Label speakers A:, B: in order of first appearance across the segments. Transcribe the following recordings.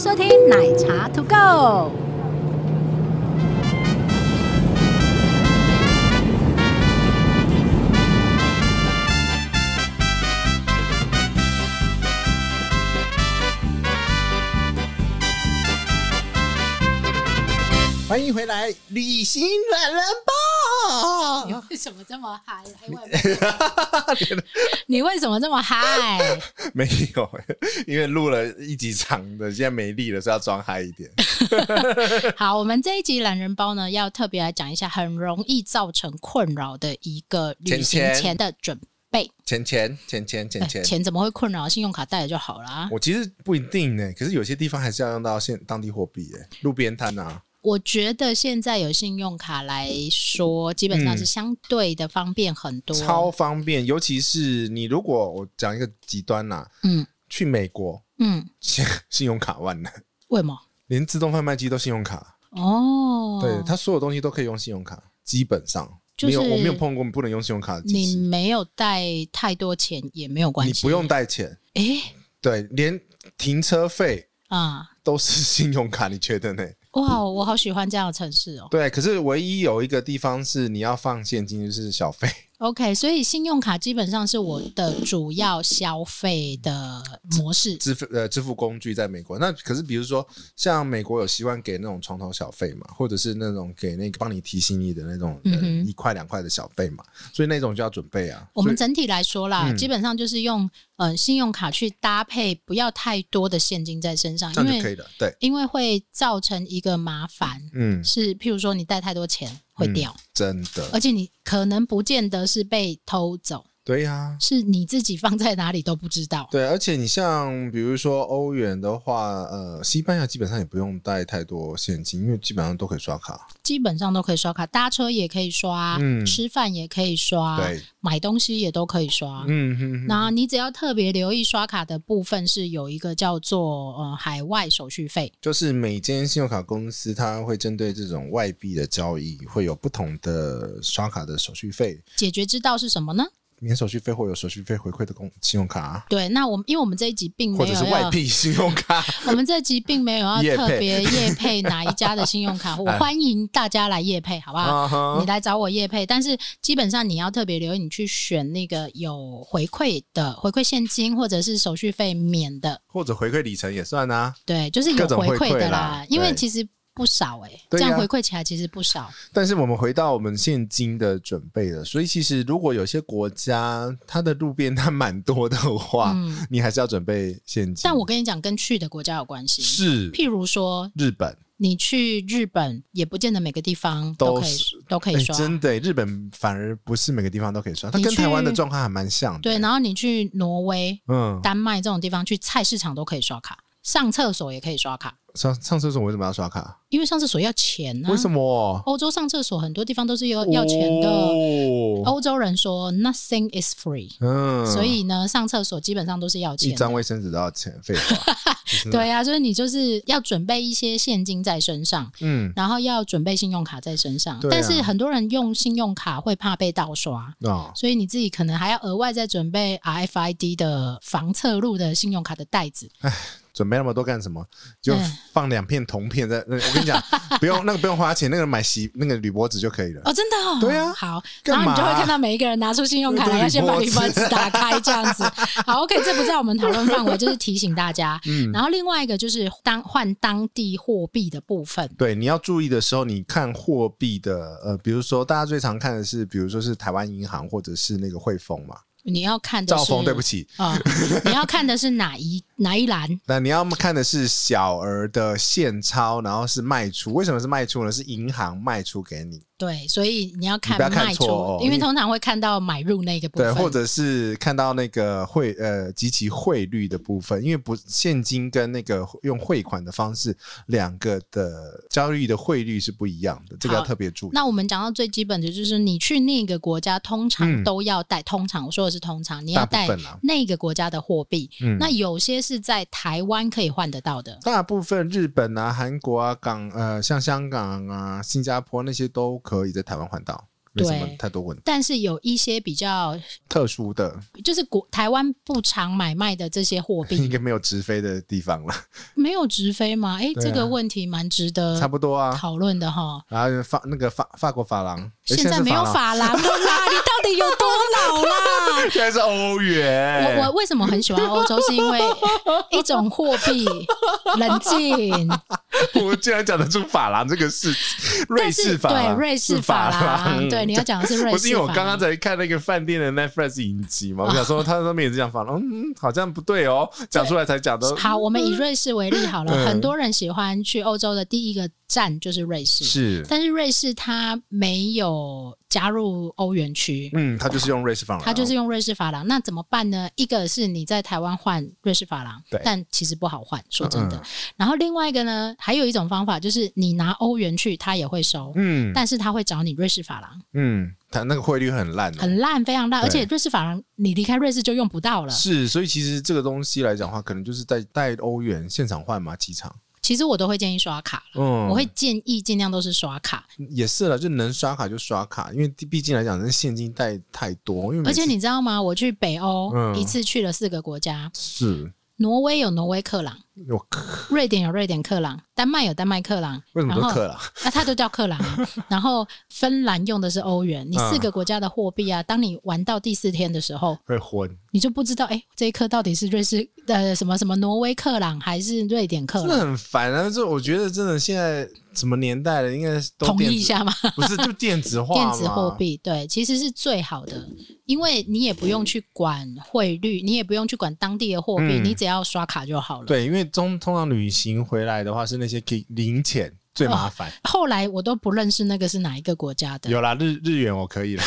A: 收听奶茶 To Go。
B: 欢迎回来，旅行懒人包。
A: 为什么这么嗨？哎我也你为什么这么嗨？
B: 没有，因为录了一集长的，现在没力了，所以要装嗨一点。
A: 好，我们这一集懒人包呢，要特别来讲一下很容易造成困扰的一个旅行
B: 钱钱
A: 前的准备。
B: 钱钱钱钱钱
A: 哎
B: 钱，
A: 钱怎啊么会困扰？信用卡带了就好啦。
B: 我其实不一定呢，可是有些地方还是要用到现当地货币，哎，路边摊啊，
A: 我觉得现在有信用卡来说，基本上是相对的方便很多。
B: 超方便。尤其是你如果我讲一个极端啦、
A: 嗯
B: 去美国，
A: 嗯，
B: 信信用卡万能，
A: 为什么？
B: 连自动贩卖机都信用卡，
A: 哦，
B: 对，它所有东西都可以用信用卡，基本上。
A: 就
B: 没有，
A: 是
B: 我没有碰过不能用信用卡的机
A: 你
B: 器。
A: 没有带太多钱也没有关
B: 你
A: 系，
B: 不用带钱，
A: 诶
B: 对，连停车费
A: 啊，
B: 都是信用卡，你觉得呢？
A: 哇，我好喜欢这样的城市哦。
B: 对，可是唯一有一个地方是你要放现金，就是小费，
A: OK，所以信用卡基本上是我的主要消费的模式。
B: 支付呃支付工具在美国。那可是比如说像美国有习惯给那种床头小费嘛，或者是那种给那个帮你提醒你的那种
A: 嗯
B: 呃
A: 哼
B: 一块两块的小费嘛，所以那种就要准备啊。
A: 我们
B: 所以
A: 整体来说啦，
B: 嗯
A: 基本上就是用呃信用卡去搭配，不要太多的现金在身上，
B: 这
A: 因
B: 样就可以
A: 为
B: 了，对，
A: 因为会造成一个麻烦，
B: 嗯，
A: 是譬如说你带太多钱会掉，
B: 真的，
A: 而且你可能不见得是被偷走，
B: 对呀、
A: 是你自己放在哪里都不知道。
B: 对，而且你像比如说欧元的话，呃，西班牙基本上也不用带太多现金，因为基本上都可以刷卡。
A: 基本上都可以刷卡，搭车也可以刷，
B: 嗯
A: 吃饭也可以刷，
B: 对，
A: 买东西也都可以刷。
B: 嗯哼哼，
A: 那你只要特别留意刷卡的部分，是有一个叫做呃海外手续费。
B: 就是每间信用卡公司，它会针对这种外币的交易，会有不同的刷卡的手续费，
A: 解决之道是什么呢？
B: 免手续费或有手续费回馈的公信用卡啊，
A: 对，那我们因为我们这一集并没
B: 或
A: 有
B: 者是
A: 要
B: 外，币信用 卡。
A: 我们这一集并没有要
B: 业配哎
A: 特别业配哪一家的信用 卡，我欢迎大家来业配，好不好？
B: 啊
A: 你
B: 哈，
A: 来找我业配，但是基本上你要特别留意，你去选那个有回馈的回馈现金或者是手续费免的，
B: 或者回馈里程也算啊。
A: 对，就是有
B: 各种
A: 回
B: 回
A: 馈
B: 馈
A: 的
B: 啦
A: 啦，因为
B: 对
A: 其实不少哎、这
B: 对呀
A: 样回馈起来其实不少。
B: 但是我们回到我们现金的准备了，所以其实如果有些国家它的路边摊蛮多的话，
A: 嗯
B: 你还是要准备现金。
A: 但我跟你讲，跟去的国家有关系。
B: 是
A: 譬如说，
B: 日本，
A: 你去日本，也不见得每个地方都
B: 都
A: 可以
B: 是
A: 都可
B: 哎、
A: 以刷。
B: 真的耶、日本反而不是每个地方都可以刷，它
A: 你
B: 跟
A: 去
B: 台湾的状况还蛮像的。欸
A: 对，，然后你去挪威、
B: 嗯，
A: 丹麦这种地方，去菜市场都可以刷卡，上厕所也可以刷卡，
B: 上上厕所为什么要刷卡？
A: 因为上厕所要钱呢、
B: 为什
A: 么？
B: 么？
A: 欧洲上厕所很多地方都是要要钱的。
B: 哦，
A: 欧洲人说 “nothing is free”，、
B: 嗯，
A: 所以呢，上厕所基本上都是要
B: 一
A: 钱的。
B: 张卫生纸都要钱，废 话。就是
A: 对，啊，所以你就是要准备一些现金在身上，
B: 嗯，
A: 然后要准备信用卡在身上。
B: 对啊
A: 但是很多人用信用卡会怕被盗刷，
B: 哦，
A: 所以你自己可能还要额外再准备 RFID 的防侧录的信用卡的袋子。
B: 准备那么多干什么？就
A: 嗯
B: 放两片铜片在那。我跟 你讲，不用那个不用花钱，那个买洗那个铝箔纸就可以了。
A: 哦，真的哦，
B: 对啊
A: 好，
B: 干
A: 然后
B: 嘛
A: 你就会看到每一个人拿出信用 卡来，要先把铝箔纸打开，这样子。好，OK，这不在我们讨论范围，就是提醒大家。
B: 嗯
A: 然后另外一个就是当换当地货币的部分，
B: 对，你要注意的时候，你看货币的，呃，比如说大家最常看的是，比如说是台湾银行或者是那个汇丰嘛，
A: 你要看的
B: 兆
A: 是，
B: 丰，对不起，
A: 啊、你要看的是哪一哪一栏？
B: 那你要看的是小额的现钞，然后是卖出。为什么是卖出呢？是银行卖出给你，
A: 对，所以你要看
B: 你不要看
A: 卖出，
B: 错哦
A: 因为
B: 你
A: 通常会看到买入那个部
B: 对，
A: 分，
B: 或者是看到那个汇呃及其汇率的部分，因为不现金跟那个用汇款的方式，两个的交易的汇率是不一样的，这个要
A: 好
B: 特别注意。
A: 那我们讲到最基本的就是，你去那个国家通常
B: 嗯
A: 都要带，通常我说的是通常，你要
B: 大部
A: 带
B: 分啦，
A: 那个国家的货币。
B: 嗯
A: 那有些是在台湾可以换得到的，
B: 大部分日本啊、韩国啊、港呃，像香港啊、新加坡那些都可以在台湾换到。没什么
A: 对
B: 太多问题。
A: 但是有一些比较，
B: 特殊的
A: 就是国台湾不常买卖的这些货
B: 应
A: 币，
B: 该没有直飞的地方了，
A: 没有直飞吗？哎、
B: 对啊
A: 这个问题蛮值
B: 差
A: 得
B: 不多啊。
A: 讨论的哈。
B: 然后法那个法法国法郎，诶
A: 现在
B: 是
A: 没有
B: 郎，
A: 法郎了啦，你到底有多老啦？
B: 现在是欧元。
A: 我我为什么很喜欢欧洲？是因为一种货币，冷静，
B: 我竟然讲得出法郎这个事， 瑞
A: 但
B: 士
A: 是
B: 法郎
A: 对瑞士
B: 是
A: 法
B: 郎，
A: 郎，对，你要 讲的是瑞士法郎。哦
B: 不是因为我刚刚在看那个饭店的 Netflix 影集嘛，我想说它上面也是讲法郎，嗯，好像不对哦，讲出来才讲的
A: 好，我们以瑞士为例好了，
B: 嗯
A: 很多人喜欢去欧洲的第一个站就是瑞士，
B: 是，
A: 但是瑞士它没有加入欧元区。
B: 嗯，哦它就是用瑞士法郎，
A: 它就是用瑞士法郎，那怎么办呢？一个是你在台湾换瑞士法郎
B: 对，
A: 但其实不好换，说真的。
B: 嗯
A: 然后另外一个呢，还有一种方法就是你拿欧元去，它也会收，
B: 嗯
A: 但是他会找你瑞士法郎，
B: 嗯，它那个汇率很烂哦，
A: 很烂，非常烂，
B: 对
A: 而且瑞士法郎你离开瑞士就用不到了。
B: 是，所以其实这个东西来讲的话，可能就是带带欧元现场换嘛，机场。
A: 其实我都会建议刷卡，
B: 嗯，
A: 我会建议尽量都是刷卡，
B: 也是了，就能刷卡就刷卡，因为毕竟来讲，那现金带太多，因为每
A: 而且
B: 次
A: 你知道吗？我去北欧、
B: 嗯
A: 一次去了四个国家，
B: 是
A: 挪威有挪威克朗，
B: 我
A: 瑞典有瑞典克朗，丹麦有丹麦克朗，
B: 为什么
A: 然
B: 都
A: 后
B: 克了？
A: 那、它都叫克朗 啊。然后芬兰用的是欧元，你
B: 嗯
A: 四个国家的货币啊，当你玩到第四天的时候，
B: 会昏，
A: 你就不知道哎、这一颗到底是瑞士呃什么什么挪威克朗还是瑞典克
B: 真的
A: 朗？
B: 很烦啊！这我觉得真的现在什么年代了，应该是都
A: 同
B: 电
A: 意一
B: 子，
A: 下吗？
B: 不是就电子 化
A: 电子
B: 嘛
A: 货。币对，其实是最好的，因为你也不用去管汇率，你也不用去管当地的货币，
B: 嗯
A: 你只要刷卡就好了。
B: 对，因为中通常旅行回来的话，是那些可以零钱
A: 哦
B: 最麻烦。
A: 后来我都不认识那个是哪一个国家的，
B: 有啦，日日元我可以了。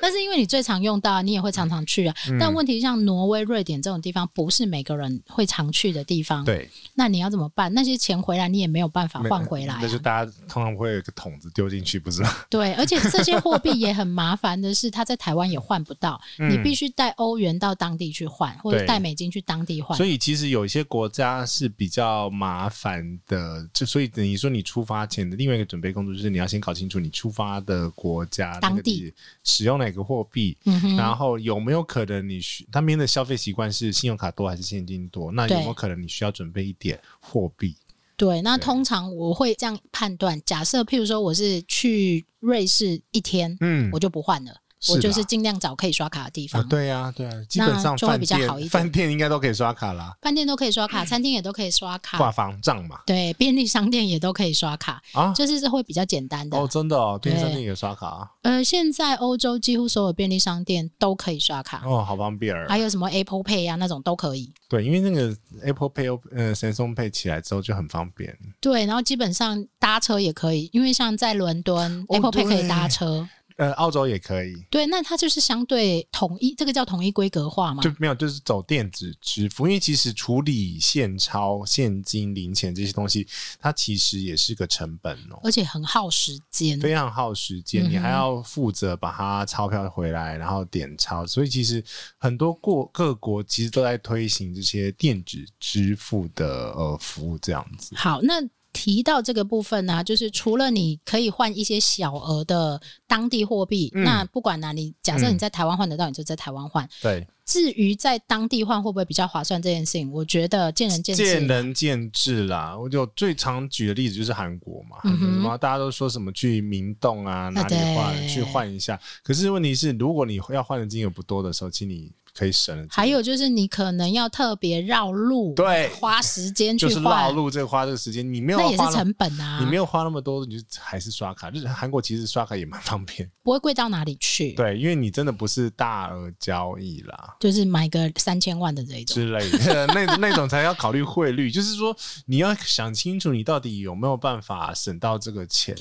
A: 但是因为你最常用到啊，你也会常常去啊。
B: 嗯
A: 但问题像挪威、瑞典这种地方，不是每个人会常去的地方，
B: 对，
A: 那你要怎么办？那些钱回来你也没有办法
B: 没呃
A: 换回来啊、
B: 那就大家通常会有一个桶子丢进去，不是吗？
A: 对，而且这些货币也很麻烦的是，它在台湾也换不到，
B: 嗯
A: 你必须带欧元到当地去换，或者
B: 对
A: 带美金去当地换
B: 所。以其实有一些国家是比较麻烦的，就所以等于说你出发前的另外一个准备工作就是你要先搞清楚你出发的国家
A: 当地
B: 那个地使用哪个货币。
A: 嗯哼，
B: 然后有没有可能你需他们的消费习惯是信用卡多还是现金多？那有
A: 对
B: 没有可能你需要准备一点货币？
A: 对，那
B: 对
A: 通常我会这样判断：假设譬如说我是去瑞士一天，
B: 嗯
A: 我就不换了，
B: 是
A: 我就
B: 啦
A: 是尽量找可以刷卡的地
B: 啊
A: 方。，
B: 对呀、对呀、基本上
A: 就会
B: 饭
A: 比较好一
B: 店
A: 点
B: 饭店应该都可以刷卡啦，
A: 饭店都可以刷卡，餐厅也都可以刷
B: 嗯挂
A: 卡，
B: 房账嘛
A: 对，便利商店也都可以刷卡，
B: 啊。
A: 就是这会比较简单的。
B: 哦，真的哦，便利商
A: 对
B: 店也刷卡啊
A: 呃，现在欧洲几乎所有便利商店都可以刷卡，
B: 哦，好方便儿。
A: 还有什么 Apple Pay 啊那种都可以。
B: 对，因为那个 Apple Pay 呃 Samsung Pay 起来之后就很方便。
A: 对，然后基本上搭车也可以，因为像在伦敦、
B: 哦
A: Apple Pay 可
B: 对
A: 以搭车。
B: 呃，澳洲也可以，
A: 对，那它就是相对统一，这个叫统一规格化嘛
B: 就。没有就是走电子支付，因为其实处理现钞、现金、零钱这些东西，它其实也是个成本哦。
A: 而且很耗时间，
B: 非常耗时间，你还要负责把它钞票回来，然后点钞，所以其实很多过各国其实都在推行这些电子支付的呃服务，这样子。
A: 好，那提到这个部分呢、就是除了你可以换一些小额的当地货币，
B: 嗯
A: 那不管哪里，假设
B: 嗯
A: 你在台湾换得到，你就在台湾换。
B: 对，
A: 至于在当地换会不会比较划算这件事情，我觉得见仁见智。
B: 见仁见智啦。我就最常举的例子就是韩国嘛，
A: 嗯
B: 什
A: 哼
B: 么、大家都说什么去明洞啊，哪里换
A: 对
B: 去换一下。可是问题是，如果你要换的金额不多的时候，其实你可以省了。
A: 还有就是你可能要特别绕路，
B: 对
A: 花时间去
B: 就是绕
A: 换，
B: 路这个花这个时间，你没有
A: 那也
B: 花
A: 是
B: 那
A: 成本啊，
B: 你没有花那么多，你就还是刷卡。就是韩国其实刷卡也蛮 方便，
A: 不会贵到哪里去。
B: 对，因为你真的不是大额交易 啦。
A: 就是买个三千万的这一种。
B: 之类的， 那那种才要考虑汇率，就是说你要想清楚你到底有没有办法省到这个钱。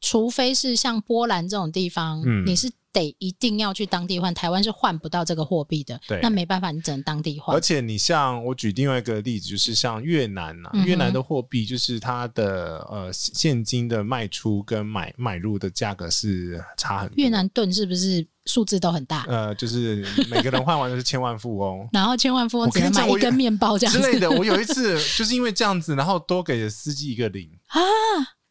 A: 除非是像波兰这种地方，
B: 嗯
A: 你是得一定要去当地换，台湾是换不到这个货币的
B: 对，
A: 那没办法，你只能当地换
B: 而。且你像我举另外一个例子，就是像越南呐、
A: 嗯哼
B: 越南的货币就是它的呃现金的卖出跟买买入的价格是差很多。
A: 越南盾是不是数字都很大？。
B: 呃，就是每个人换完都是千万富翁
A: 然后千万富翁只能买
B: 我
A: 一
B: 跟
A: 根
B: 你
A: 面包这样
B: 之
A: 子
B: 类的，我有一次就是因为这样子，然后多给了司机一个零
A: 啊，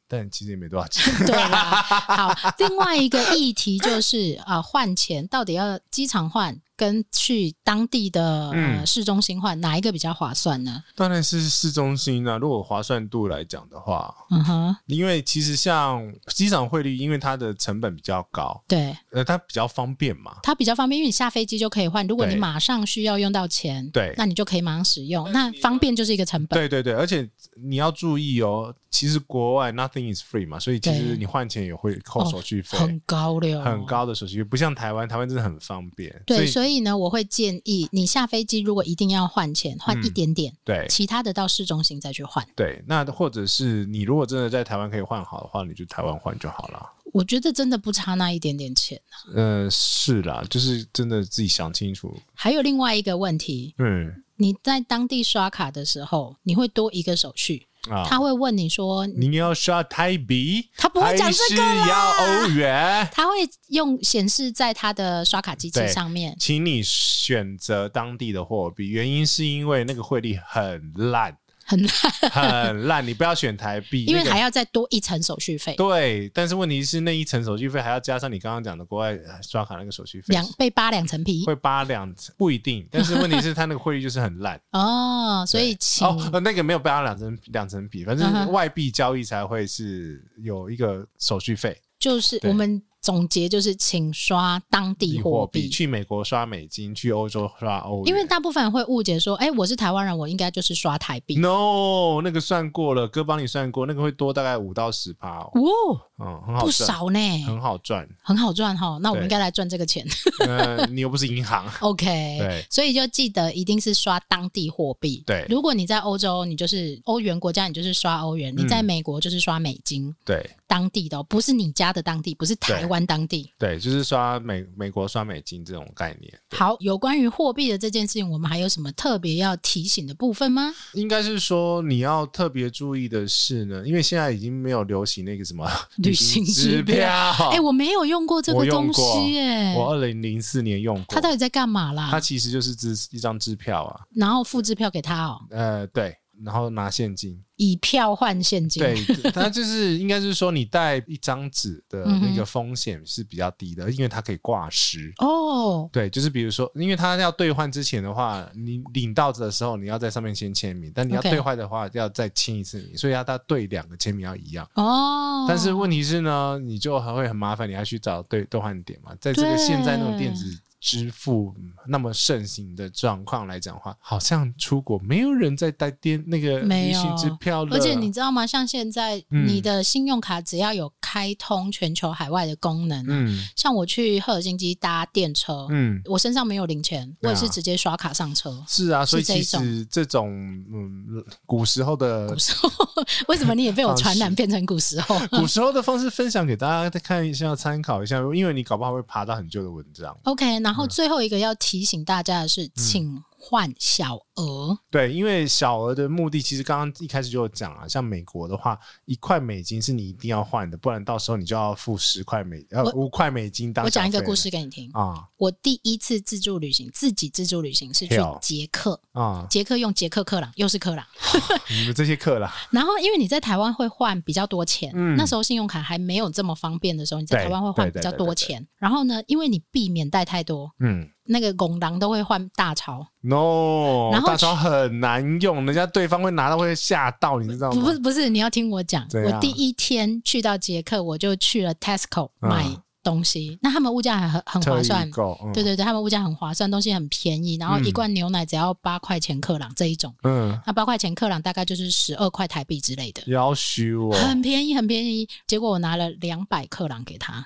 B: 但其实也没多少钱。
A: 对啦，好，另外一个议题就是呃，换钱到底要机场换跟去当地的、呃、
B: 嗯
A: 市中心换，哪一个比较划算呢？
B: 当然是市中心啊，如果划算度来讲的话，
A: 嗯哼，
B: 因为其实像机场汇率，因为它的成本比较高，
A: 对，
B: 呃，它比较方便嘛。
A: 它比较方便，因为你下飞机就可以换。如果你
B: 对
A: 马上需要用到钱，
B: 对呃
A: 那你就可以马上使用。那方便就是一个成本，
B: 对对对，而且你要注意哦，其实国外 nothing is free 嘛，所以其
A: 对哦
B: 实你换钱也会扣手续费，
A: 很高了，
B: 很。高的手续费，不像台湾，台湾真的很方便。
A: 对，
B: 所以
A: 所以呢，我会建议你下飞机如果一定要换钱，换一
B: 嗯
A: 点点，
B: 对
A: 其他的到市中心再去换。
B: 对，那或者是你如果真的在台湾可以换好的话，你就台湾换就好了。
A: 我觉得真的不差那一点点钱。啊
B: 呃，是啦，就是真的自己想清楚。
A: 还有另外一个问题，
B: 嗯
A: 你在当地刷卡的时候，你会多一个手续，
B: 啊，
A: 他会问你说，
B: 您要刷台币，
A: 他不会讲这个
B: 还是要哦欧元，
A: 他会用显示在他的刷卡机器
B: 对
A: 上面。
B: 请你选择当地的货币。原因是因为那个汇率很烂，
A: 很烂，
B: 很烂，你不要选台币，
A: 因为
B: 那个
A: 还要再多一层手续费，
B: 对，但是问题是那一层手续费还要加上你刚刚讲的国外刷卡那个手续费，
A: 两被扒两层皮
B: 会扒两不一 定，但是问题是它那个汇率就是很烂。
A: 哦，所以请、
B: 哦，呃那个没有扒两层两层皮，反
A: 嗯哼
B: 正外币交易才会是有一个手续费。
A: 就是
B: 对
A: 我们总结就是请刷当地货币，
B: 去美国刷美金，去欧洲刷欧元，
A: 因为大部分人会误解说，哎、我是台湾人，我应该就是刷台币。
B: no 那个算过了，哥帮你算过，那个会多大概五到十趴哦，
A: 哦，
B: 嗯，很好
A: 不
B: 赚，嗯
A: 少呢，
B: 很好赚。
A: 很好赚哈。那我们
B: 对
A: 应该来赚这个钱。
B: 呃，你又不是 银行，
A: OK，
B: 对
A: 所以就记得一定是刷当地货币。
B: 对
A: 如果你在欧洲，你就是欧元国家，你就是刷欧元；你在
B: 嗯
A: 美国就是刷美金，
B: 对
A: 当地的、哦，不是你家的当地，不是台
B: 对
A: 湾当地。
B: 对，就是刷美美国刷美金这种概念。
A: 好，有关于货币的这件事情，我们还有什么特别要提醒的部分吗？
B: 应该是说你要特别注意的是呢，因为现在已经没有流行那个什么
A: 旅行支
B: 支
A: 票
B: 票。
A: 哎、 我没有用过这
B: 哦我
A: 个
B: 用
A: 东
B: 过
A: 西耶、
B: 我二零零四年用过，
A: 他到底在干嘛啦
B: 它？其实就是支一张支票啊，
A: 然后付支票给他哦，
B: 呃，对，然后拿现金，
A: 以票换现金。
B: 对，它就是应该是说你带一张纸的
A: 嗯
B: 那个风险是比较低的，因为它可以挂失。
A: 哦，
B: 对，就是比如说，因为它要兑换之前的话，你领到的时候你要在上面先签名，但你要
A: OK
B: 兑换的话要再签一次名，所以要它对两个签名要一样。
A: 哦，
B: 但是问题是呢，你就还会很麻烦，你还去找兑兑换点嘛？在这个
A: 对
B: 现在那种电子支付嗯那么盛行的状况来讲的话，好像出国没有人在带电那个
A: 没
B: 旅
A: 有
B: 行支票了。
A: 而且你知道吗？像现在
B: 嗯
A: 你的信用卡只要有开通全球海外的功能，啊
B: 嗯
A: 像我去赫尔辛基搭电车，
B: 嗯
A: 我身上没有零钱，我
B: 对啊
A: 也是直接刷卡上车。
B: 是啊，所以
A: 是这一
B: 其
A: 种
B: 实这种嗯古时候的
A: 古时候为什么你也被我传
B: 方
A: 染
B: 式
A: 变成古时候？
B: 古时候的方式分享给大家再看一下，参考一下，因为你搞不好会爬到很旧的文章。
A: OK，然
B: 嗯
A: 后最后一个要提醒大家的是，请换小额。
B: 对，因为小额的目的，其实刚刚一开始就有讲啊，像美国的话，一块美金是你一定要换的，不然到时候你就要付十块美呃
A: 我
B: 五块美金当
A: 我讲一个
B: 小费
A: 故事给你听。
B: 啊
A: 我第一次自助旅行，自己自助旅行是去
B: 跳
A: 捷克，
B: 啊，
A: 捷克用捷克克朗，又是克朗。
B: 你们这些课啦，
A: 然后因为你在台湾会换比较多钱，
B: 嗯
A: 那时候信用卡还没有这么方便的时候，你在
B: 对
A: 台湾会换比
B: 对对
A: 较多
B: 对对对
A: 钱。然后呢，因为你避免带太多，
B: 嗯
A: 那个拱狼都会换大钞，
B: ，no，
A: 然后
B: 大招很难用，人家对方会拿到会吓到，你知道
A: 不
B: 吗
A: 不？不是，你要听我讲。
B: 怎样
A: 我第一天去到捷克，我就去了 Tesco
B: 嗯
A: 买东西，那他们物价还很很划算。
B: 购，嗯
A: 对对对，他们物价很划算，东西很便宜，然后一罐牛奶只要八块钱克朗这一种，
B: 嗯，
A: 那八块钱克朗大概就是十二块台币之类的，
B: 要修哦，
A: 很便宜很便宜。结果我拿了两百克朗给他，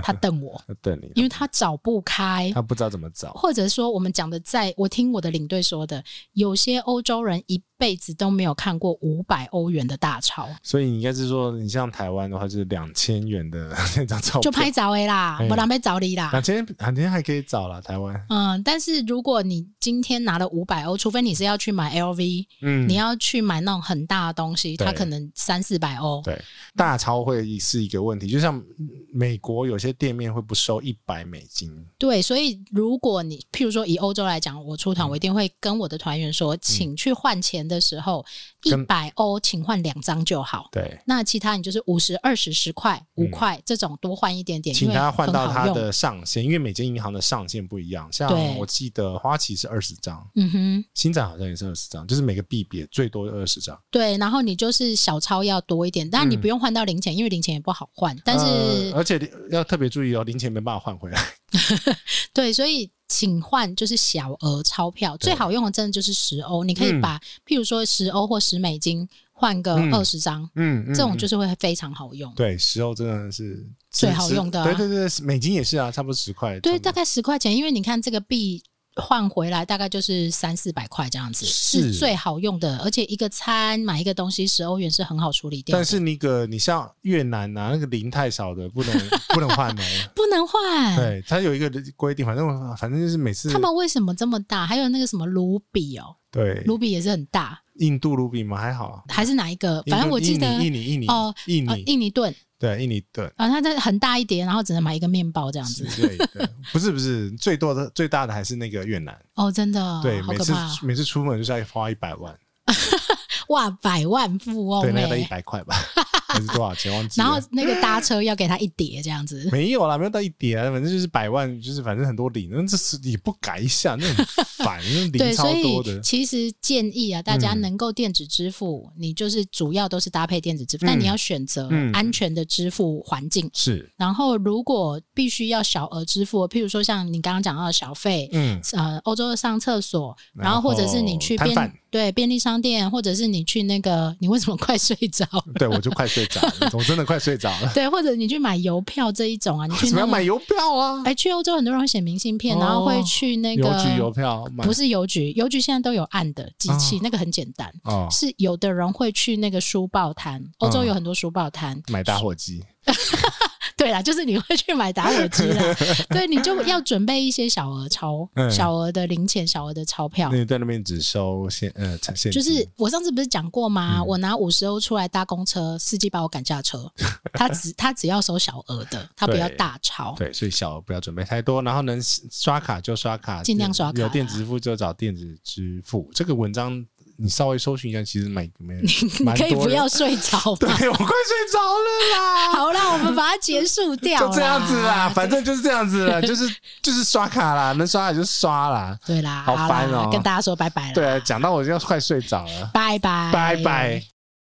A: 他瞪 我，
B: 要等你，
A: 因为他找不开，
B: 他不知道怎么找，
A: 或者说我们讲的在，我听我的领队说的，有些欧洲人一辈子都没有看过五百欧元的大钞，
B: 所以你应该是说，你像台湾的话，就是两千元的 那张照片，
A: 就拍照 A 啦，
B: 哎
A: 我狼狈找你啦
B: 两。千，两千还可以找啦，台湾，
A: 嗯，但是如果你今天拿了五百欧，除非你是要去买 LV，、
B: 嗯
A: 你要去买那种很大的东西，
B: 对
A: 它可能三四百欧。
B: 对，大钞会是一个问题，就像美国有些店面会不收一百美金，
A: 对，所以如果你
B: 嗯
A: 譬如说以欧洲来讲，我出团，我一定会跟我的团员说，请去换钱的时候，一百欧请换两张就好。
B: 对，
A: 那其他你就是五十、二十、十块、五块这种多换一点点，
B: 嗯请
A: 因为
B: 他换
A: 很
B: 到
A: 好
B: 他
A: 用
B: 的上限，因为每间银行的上限不一样。像
A: 对
B: 我记得花旗是二十张，
A: 嗯哼，
B: 新展好像也是二十张，就是每个币别最多二十张。
A: 对，然后你就是小钞要多一点，但你
B: 嗯
A: 不用换到零钱，因为零钱也不好换。但是、
B: 呃而且要特别注意哦，零钱没办法换回来。
A: 对，所以请换就是小额钞票，最好用的真的就是十欧，你可以
B: 嗯
A: 把、譬如说十欧或十美金换个
B: 嗯
A: 二十张，
B: 嗯，嗯
A: 这种
B: 嗯
A: 就是会非常好用。
B: 对，石油真的是
A: 最好用的啊
B: 对对对，美金也是啊，差不多十块。
A: 对，
B: 差不
A: 大
B: 多
A: 概十块钱，因为你看这个币换回来大概就是三四百块这样子，是
B: 是
A: 最好用的。而且一个餐买一个东西十欧元是很好处理掉
B: 但
A: 的，
B: 是那个你像越南啊，那个零太少的不 能不能换哦。
A: 不能换。
B: 对，它有一个规定，反正反正就是每
A: 嗯
B: 次
A: 他们为什么这么大？还有那个什么卢比哦，
B: 对
A: 卢比也是很大，
B: 印度卢比嘛还好啊，
A: 还是哪一个？反正我记得
B: 印度印尼
A: 哦
B: 印尼
A: 呃
B: 印尼
A: 印尼盾
B: 对印尼盾
A: 啊，它这很大一叠，然后只能买一个面包这样
B: 之
A: 子。
B: 类的，不是不是最多的最大的还是那个越南，
A: 哦，真的，
B: 对，
A: 好
B: 每
A: 可
B: 次
A: 怕哦！
B: 每次出门就是要花一百万，
A: 哇，百万富翁
B: 对，那
A: 哎、
B: 个得一啊百块 吧，还是多少钱忘记了。
A: 然后那个搭车要给他一叠这样 子。
B: 没有啦，没有到一叠啊，反正就是百万，就是反正很多零，那这是也不改一下，那很烦，那
A: 对，
B: 零超
A: 所
B: 多
A: 以
B: 的。
A: 其实建议啊，大家
B: 嗯
A: 能够电子支付，你就是主要都是搭配电子支付，但
B: 嗯
A: 你要选择
B: 嗯
A: 安全的支付环境。
B: 是，
A: 然后，如果必须要小额支付，譬如说像你刚刚讲到的小费。
B: 嗯，
A: 呃，欧洲的上厕所，然
B: 然
A: 后
B: 后
A: 或者是你去
B: 摊
A: 便
B: 贩
A: 对便利商店，或者是你去那个，你为什么快睡着？
B: 对我就快睡着了， 我真的快睡着了。
A: 对，或者你去买邮票这一种啊，你
B: 为
A: 去
B: 什
A: 那
B: 么要
A: 个
B: 买邮票啊？
A: 哎，去欧洲很多人会写明信片，
B: 哦
A: 然后会去哎那
B: 邮
A: 个
B: 局邮票买
A: 不是邮局，邮局现在都有按的机器，
B: 哦
A: 那个很简单。
B: 哦，嗯
A: 是有的人会去那个书报摊，欧洲有很多书报摊。
B: 买打火机。
A: 对啦，就是你会去买打火机 啦，对，你就要准备一些小额钞、
B: 嗯
A: 小额的零钱、小额的钞票
B: 那。你在那边只收现呃产现
A: 就
B: 金
A: 是我上次不是讲过吗？
B: 嗯
A: 我拿五十欧出来搭公车，司机把我赶下 车。他只他只要收小额的，他不要
B: 对
A: 大钞。
B: 对，所以小额不要准备太多，然后能刷卡就刷卡，
A: 尽量刷卡
B: 有
A: 啦
B: 电子支付就找电子支付。这个文章你稍微搜寻一下，其实蛮蛮
A: 你
B: 蛮
A: 可以
B: 多
A: 不
B: 的
A: 要睡着
B: 对
A: 吗？
B: 我快睡着了啦。
A: 好啦，我们把它结束掉啦，
B: 就这样子啦，反正就是这样子 啦，就是就是刷卡啦，能刷卡就刷啦。
A: 对啦，
B: 好
A: 啦
B: 烦哦
A: 跟大家说拜拜了，
B: 对啊，讲到我要快睡着了，
A: 拜拜，
B: 拜拜。